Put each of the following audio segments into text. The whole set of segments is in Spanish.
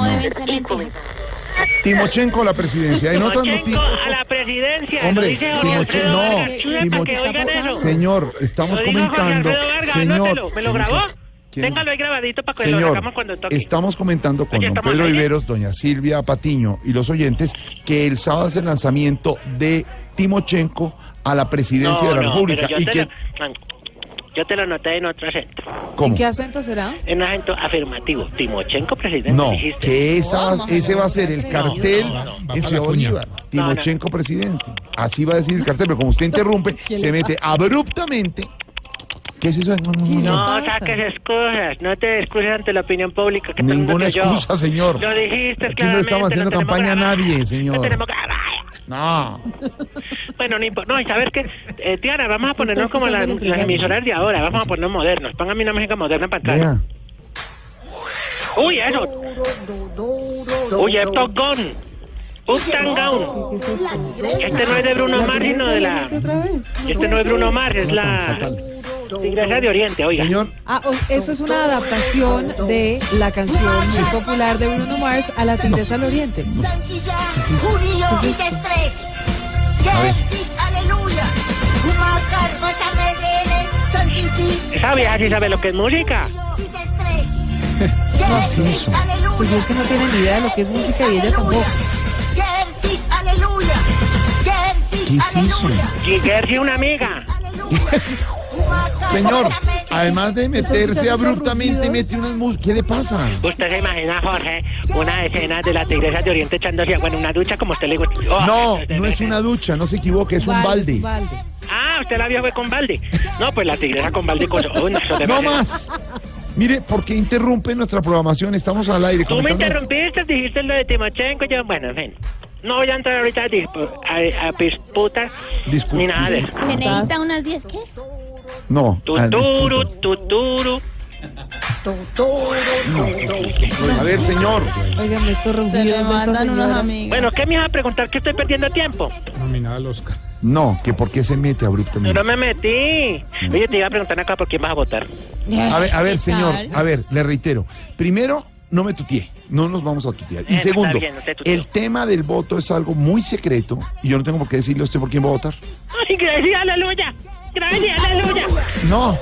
No deben ser lentejas. Timochenko a la presidencia. Hay notas Timochenko noticias. a la presidencia. lo Hombre, dice Jorge Timochenko, Alfredo no. Vargas Chula, para que oigan Timoche- eso. Señor, estamos Lo dijo Jorge comentando. Alfredo Vargas, anótelo. Señor, ¿Me lo ¿quién es grabó? él? ¿Quién es Téngalo ahí grabadito para que lo Señor, sacamos cuando toque. estamos comentando con Oye, don ¿estamos Pedro al aire? Viveros, doña Silvia Patiño y los oyentes que el sábado es el lanzamiento de Timochenko a la presidencia de la República. pero yo, y te que, lo, yo te lo noté en otro acento. ¿cómo? ¿Qué acento será? En un acento afirmativo. Timochenko, presidente, No, dijiste. que esa va- Vamos, ese va a vamos, ser el no, cartel no, en Ciudad Bolívar. Timochenko presidente. Así va a decir el cartel, pero como usted interrumpe, ¿Qué se le mete abruptamente. ¿Qué es eso? No, no, no, no. No ¿Qué pasa? saques excusas, no te excuses ante la opinión pública. Que todo el mundo Ninguna te oyó. excusa, señor. Lo dijiste Aquí no estamos haciendo claramente, lo tenemos campaña a grabado. nadie, Lo señor. tenemos grabado. No. Bueno, no importa. No, y sabes que, eh, Tiana, vamos a ponernos como la- escuchando las el emisoras de ahora. Vamos a ponernos modernos. Póngame una música moderna en pantalla. Vea. Uy, eso. Uy, esto es gone. Up and down. Este no es de Bruno Mars, sino de la. Este no es Bruno Mars, es la. Fatal. Tigresa de Oriente, oiga. Señor, Ah, o- eso es una adaptación de la canción muy popular de Bruno Mars a la Tigresa del Oriente. Sanquilla, Julio y estrés. Jersey, aleluya. Macar, Masamelele, Sanquisi. Esa vieja sí sabe lo que es música. Y de estrés. es Jersey, eso? Pues aleluya. es que no tienen ni idea de lo que es música y ella tampoco. Jersey, aleluya. ¿Qué Jersey, es eso? aleluya. Giger sí una amiga. Aleluya. Macar, señor, Masamelele. además de meterse Estos abruptamente, rugidos. mete unas mus... ¿Qué le pasa? Usted se imagina, Jorge, una escena de la Tigresa de Oriente echándose agua en una ducha como a usted le gusta. Oh, No, de no es verdad. una ducha, no se equivoque, es un balde. Ah, usted la vio fue con balde. No, pues la tigresa con balde con... Uy, no, eso de No verdad. más. Mire, porque interrumpe nuestra programación, estamos al aire. Tú me comentando- interrumpiste, dijiste lo de Timochenko. Yo, bueno, en fin. No voy a entrar ahorita a, dispu- a, a disputas Discu- ni nada de eso. ¿Me necesita unas 10 qué? No. ah, Tuturu, tuturu. disculpe. A ver, señor. Oigan, estos rugidos de esta señora. Bueno, ¿qué me iba a preguntar? ¿Que estoy perdiendo tiempo? No, que por qué se mete abruptamente. No me metí. Oye, te iba a preguntar acá por quién vas a votar. A ver, a ver, señor, a ver, le reitero. Primero, no me tuteé, no nos vamos a tutear. Y Bueno, segundo, está bien, no te tuteo. el tema del voto es algo muy secreto y yo no tengo por qué decirle a usted por quién va a votar. ¡Ay, gracias, aleluya! ¡Gracias, aleluya! No,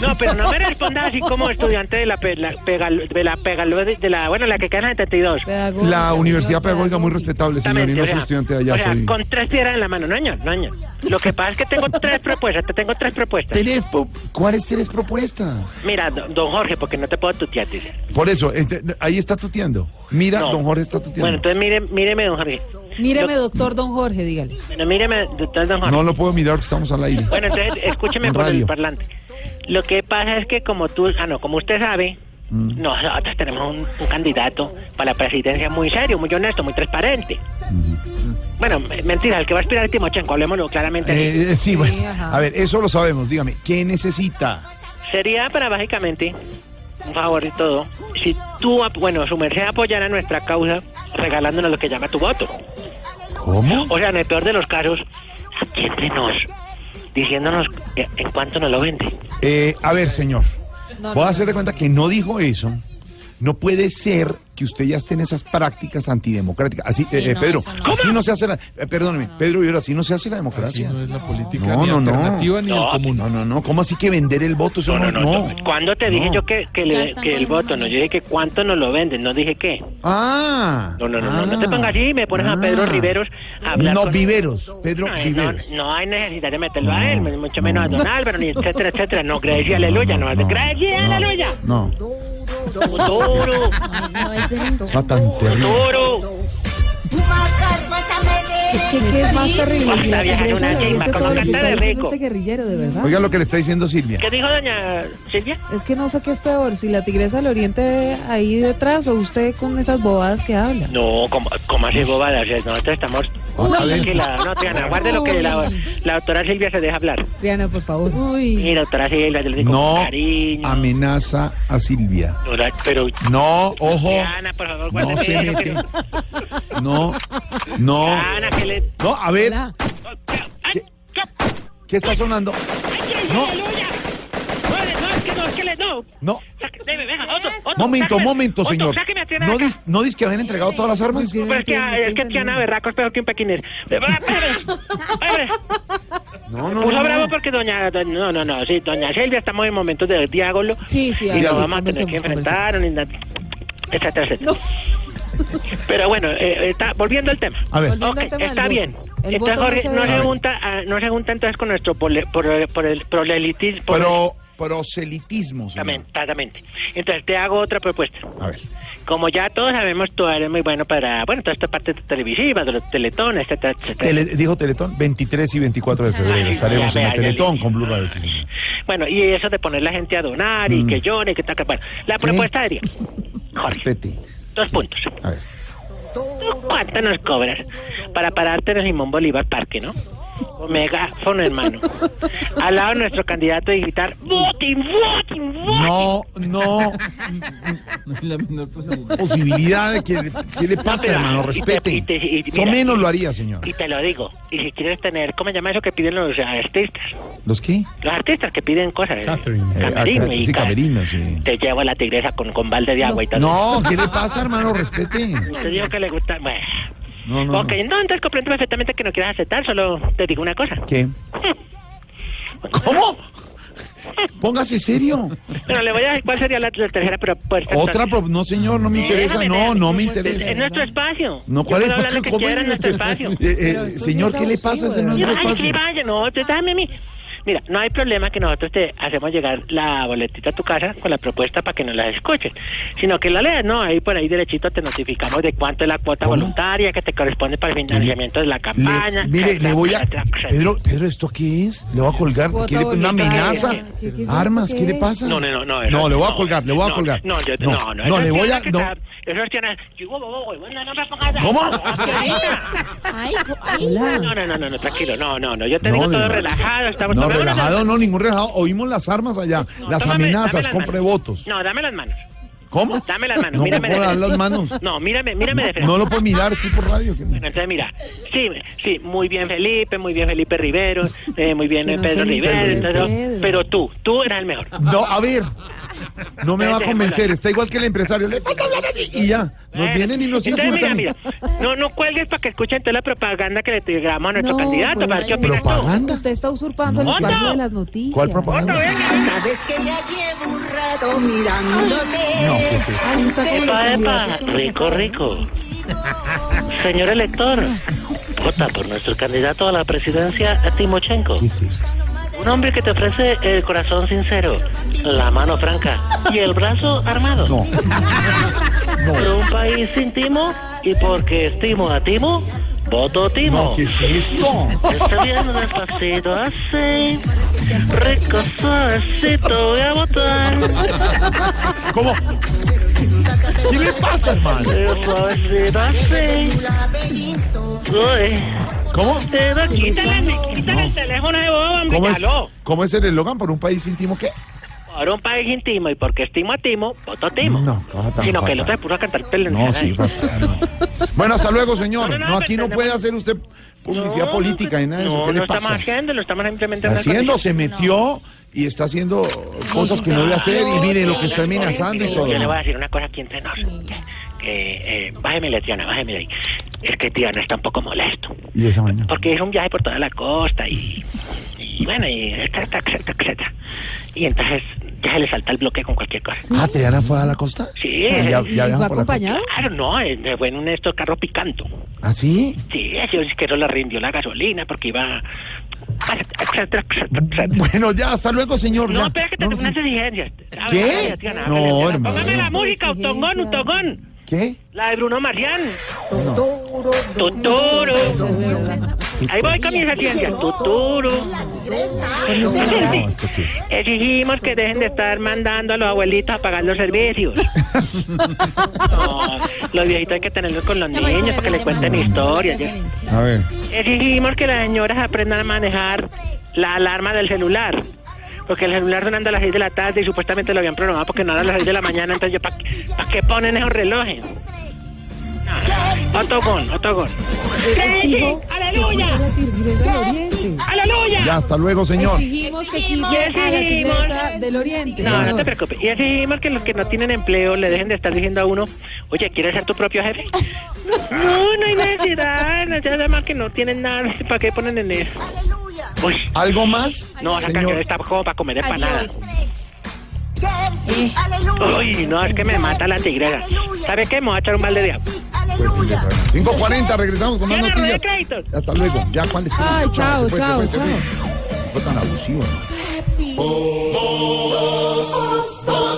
No, pero no me respondas así como estudiante de la, pe- la pegal- de la pegalo- de la, bueno, la que queda en el 72. Pedagógica, la señora Universidad Pedagógica muy pedagógica. respetable, señor, y Exactamente, no o soy sea, estudiante de allá. o sea, soy- con tres piedras en la mano, no, ñor, no, ñor. Lo que pasa es que tengo tres propuestas, te tengo tres propuestas. Tenés po- ¿Cuáles tres propuestas? Mira, do- don Jorge, porque no te puedo tutear, dice. Por eso, este, ahí está tuteando. Mira, No. don Jorge está Bueno, tuteando. entonces mire, míreme, don Jorge. Míreme, doctor Don Jorge, dígale. Bueno, míreme, entonces, don Jorge. No lo puedo mirar porque estamos al aire. Bueno, entonces, escúcheme En por radio. el parlante. Lo que pasa es que como tú, ah, no, como usted sabe, Mm. nosotros tenemos un, un candidato para la presidencia muy serio, muy honesto, muy transparente. Mm. Bueno, me- mentira, el que va a aspirar es Timochenko, hablemoslo claramente. así. Eh, eh, sí, bueno. ajá. A ver, eso lo sabemos. Dígame, ¿qué necesita? Sería para básicamente un favor y todo. Si tú, ap- bueno, su merced apoyara nuestra causa regalándonos lo que llama tu voto. ¿Cómo? O sea, en el peor de los casos, aquí entre nos, diciéndonos que- en cuánto nos lo vende. Eh, a ver, señor. No, Voy a no, hacer de cuenta que no dijo eso. No puede ser que usted ya esté en esas prácticas antidemocráticas. Así, eh, eh, Pedro, así no se hace la... eh, perdóneme, Pedro Vivero, así no se hace la democracia. no es la política No, ni no, no. alternativa ni el común. No, no, no. ¿Cómo así que vender el voto? Eso no, no. ¿Cuándo te dije No. yo que, que, le- que el voto? No, yo dije que cuánto nos lo venden, no dije qué. Ah. No, no, no, no, no te ah, pongas así, me pones a ah. Pedro Riveros a hablar No, con- Viveros. Pedro Ay, no, Viveros. no hay necesidad de meterlo a él, mucho menos a don Álvaro, ni etcétera, etcétera. No, gracias, aleluya, no, no, gracias, no, aleluya. No. Duro, Va tan terrible. duro. Macar, Masamelele, Es que ¿qué es más terrible? Basta Las viajar en una iglesias del yegua, Oriente, como todo lo que cantar está de diciendo rico. este guerrillero, de verdad. Oiga lo que le está diciendo Silvia. ¿Qué dijo doña Silvia? Es que no sé qué es peor, si la tigresa del oriente ahí detrás o usted con esas bobadas que habla. No, como, como hace bobadas, o sea, nosotros estamos... Otra No, vez. tranquila, no, Triana, aguarde lo que la, Uy. la doctora Silvia se deja hablar. Diana, por favor. Mira, doctora Silvia, yo le digo No con cariño. amenaza a Silvia. Doctora, Pero, No, ojo. Triana, por favor, guarde No se eso, que- mete. No, no. Triana, que le... No, a Eh, ver, Hola. Ay, ¿Qué? ¿qué? ¿qué está sonando? Ay, que le- No. aleluya. No, le- no, es que no, es que le... No. No. Saca- deme, venga, otro, otro, Momento, sáqueme- momento, otro, señor. sáqueme a Triana ¿No de acá. dis, no dis que habían entregado todas las armas? Sí, Pero es que, entiendo, es que entiendo. Tiana Berraco es peor que un pequinés. Eh, va, espérame. Espérame. No, no, Puso no, bravo no. Pues porque doña, doña- No, no, no, sí, doña Silvia estamos en momentos de diálogo. Sí, sí, y ahora lo sí, vamos a tener conversemos, que enfrentar, etcétera, etcétera. Pero bueno, eh, está, volviendo al tema. A ver, Ah. Volviendo Ok, al tema del está voto. bien. El Entonces, voto no Jorge, se no ve. se A ver. junta, ah, no se junta entonces con nuestro pole- por, por el proselitismo. por- pero proselitismo, señor. Exactamente, exactamente. Entonces te hago otra propuesta. A ver. Como ya todos sabemos, tú eres muy bueno para, bueno, toda esta parte televisiva, de los teletones, etcétera, etcétera. Tele- dijo Teletón, 23 y 24 de febrero. Ay, Estaremos ya, en la vea, ya Teletón le- con Blue Radio. sí, señor. Bueno, y eso de poner la gente a donar Mm. y que llore, que tal, que bueno. La propuesta sería, Jorge, Respete. dos puntos. A ver. ¿Tú cuánto nos cobras para pararte en el Simón Bolívar Parque, no? Con Megáfono en mano. Al lado de nuestro candidato y gritar, voting, voting, voting. No, no. posibilidad de que. ¿Qué le pasa, pero- hermano? y te- y Respete. te- y mira- Yo menos lo haría, señor. Y te lo digo, y si quieres tener, ¿cómo se llama eso que piden los artistas? ¿Los qué? Los artistas que piden cosas. eh, Catherine. Eh, Camerino. ah, y sí, ca- camerino, sí. Te llevo a la tigresa con, con balde de agua y todo. No, ¿qué le pasa, hermano? Respete. Te digo que le gusta. Bueno. No, no, ok, no. entonces comprendo perfectamente que no quieras aceptar, solo te digo una cosa. ¿Qué? ¿Cómo? Póngase serio. Bueno, le voy a decir cuál sería la, la tercera Eh, propuesta. Otra, entonces. pro- no señor, no me interesa, no, no me interesa. pues, Es nuestro espacio. No, ¿cuál Yo es? puedo hablar lo que ¿Cómo quiera en es? nuestro espacio. Eh, eh, Pero esto señor, ya ¿qué es le pasa? abusivo, Ese no es de nuestro Ay, sí, espacio. vaya, no, te dame a mí. Mira, no hay problema que nosotros te hacemos llegar la boletita a tu casa con la propuesta para que nos la escuchen, sino que la leas, ¿no? Ahí por ahí derechito te notificamos de cuánto es la cuota ¿Cómo? voluntaria que te corresponde para el financiamiento de la Le- campaña. mire, le voy a. etcétera, etcétera. Pedro, Pedro, ¿esto qué es? ¿Le voy a colgar? Cuota ¿Quiere una voluntaria. amenaza? ¿Qué- qué es ¿Armas? esto? ¿Qué le ¿Qué pasa? No, no, no, no. No, eso- le voy a colgar, le voy a no, colgar. No, yo, no, no. No, le voy a. No. Eso es Tiana. Yo, bo, bo, bo, bueno, no me pongas a- ¿Cómo? Ay, ay, ay. Hola. No, no, no, no, no, tranquilo. No, no, no. Yo te No, digo de todo verdad. relajado. Estamos No, Dame las relajado, manos. no, ningún relajado. Oímos las armas allá, las Tómame- dame amenazas, las compre manos. votos. No, dame las manos. ¿Cómo? Dame las manos, No me mírame de puedo dar frente. las manos. No, mírame, mírame de frente. No lo puedo mirar, sí, por radio. que no. Entonces, mira, sí, sí, muy bien Felipe, muy bien Felipe Rivero, eh, muy bien Que eh, no Pedro soy Rivera, Pedro, entonces, Pedro. pero tú, tú eras el mejor. No, a ver. No me va a convencer. Está igual que el empresario. Le falta hablar así. Y ya. Nos Bueno, vienen y nos entonces, mira, insultan. mira, no, no cuelgues para que escuchen toda la propaganda que le tiramos a nuestro No, candidato, pues, para ver qué opinas tú. Propaganda. Usted está usurpando el No, espacio no. de las noticias. ¿Cuál propaganda? Sabes que ya llevo un rato mirándote. No, pues- ¿qué es eso? Ahí está con los Epa, epa, candidatos como rico, rico. Señor elector, vota por nuestro candidato a la presidencia, Timochenko. ¿Qué es eso? Un hombre que te ofrece el corazón sincero, la mano franca y el brazo armado. No. Por un país sin timo y porque estimo a timo, voto timo. No, ¿qué es esto? Está bien despacito así, rico suavecito voy a votar. ¿Cómo? ¿Qué le pasa, hermano? Rico suavecito así, uy. ¿Cómo? Pedro, quítale, quítale el teléfono de bobo, hombre, ¿Cómo es, aló. ¿Cómo es el eslogan por un país íntimo? ¿Qué? Por un país íntimo y porque estimo a Timo, voto Timo. No, cosa tan Sino que fatal. el otro se puso a cantar pelo. No, sí, fatal, no. Bueno, hasta luego, señor. No, no, No, aquí no no, puede hacer usted publicidad política ni nada de eso. No, ¿Qué no le estamos pasa? haciendo, lo estamos simplemente Haciendo, se metió y está haciendo cosas que no debe hacer. Y mire lo que está amenazando y todo. Yo le voy a decir una cosa aquí entre nos. Eh, eh, bájemele, Tiana, bájemele ahí. Es que Tiana está un poco molesto. Y esa mañana. Porque es un viaje por toda la costa y, y bueno, y etcétera, etcétera, etcétera. Y entonces ya se le salta el bloque con cualquier cosa. Ah, Triana fue a la costa. Sí. Ah, ¿Y fue viajan por la acompañado? Claro, no, eh, fue en un esto carro picanto. costa. ¿Ah, sí? Sí, así es que no le rindió la gasolina porque iba. etcétera, etcétera, etcétera. Bueno, ya, hasta luego, señor. No, ya. espera que te No, tengo no, unas sí. exigencias. A ver, ¿Qué? hágale, Tatiana, No, hágale, Tatiana. hermano. Póngame la música, Exigencia. Utongón, Utongón. ¿Qué? La de Bruno Marián. Tuturu. Esa es de verdad. Ahí voy con mis ciencias. Tuturu. No, Ah, ¿esto qué es? Exigimos que dejen de estar mandando a los abuelitos a pagar los servicios. No, los viejitos hay que tenerlos con los niños para que les cuenten historias. ya. A ver. Exigimos que las señoras aprendan a manejar la alarma del celular. Porque el celular sonando a las 6 de la tarde y supuestamente lo habían programado porque no era a las 6 de la mañana. Entonces, ¿para qué ponen esos relojes? Ah, Autogol, autogol. Exijo que ¡Aleluya! quiten la tigresa del oriente. ¡Aleluya! Ya, hasta luego, señor. Exigimos que quiten a la tigresa del oriente. No, no te señor. preocupes. Y así, más que los que no tienen empleo le dejen de estar diciendo a uno, oye, ¿quieres ser tu propio jefe? No, no hay necesidad. Ya además que no tienen nada. ¿Para qué ponen en eso? Uy, ¿Algo más? no, saca que señor. está como para comer empanadas. Sí, aleluya. Uy, no, es que me mata la tigrera. ¿Sabe qué? Me voy a echar un balde de agua. Pues sí, ya, bueno. 5.40, regresamos con más Ya me robé noticias. créditos. Hasta luego. Ya, Juan, después. Ay, chao, chao, Fue tan abusivo,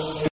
¿no?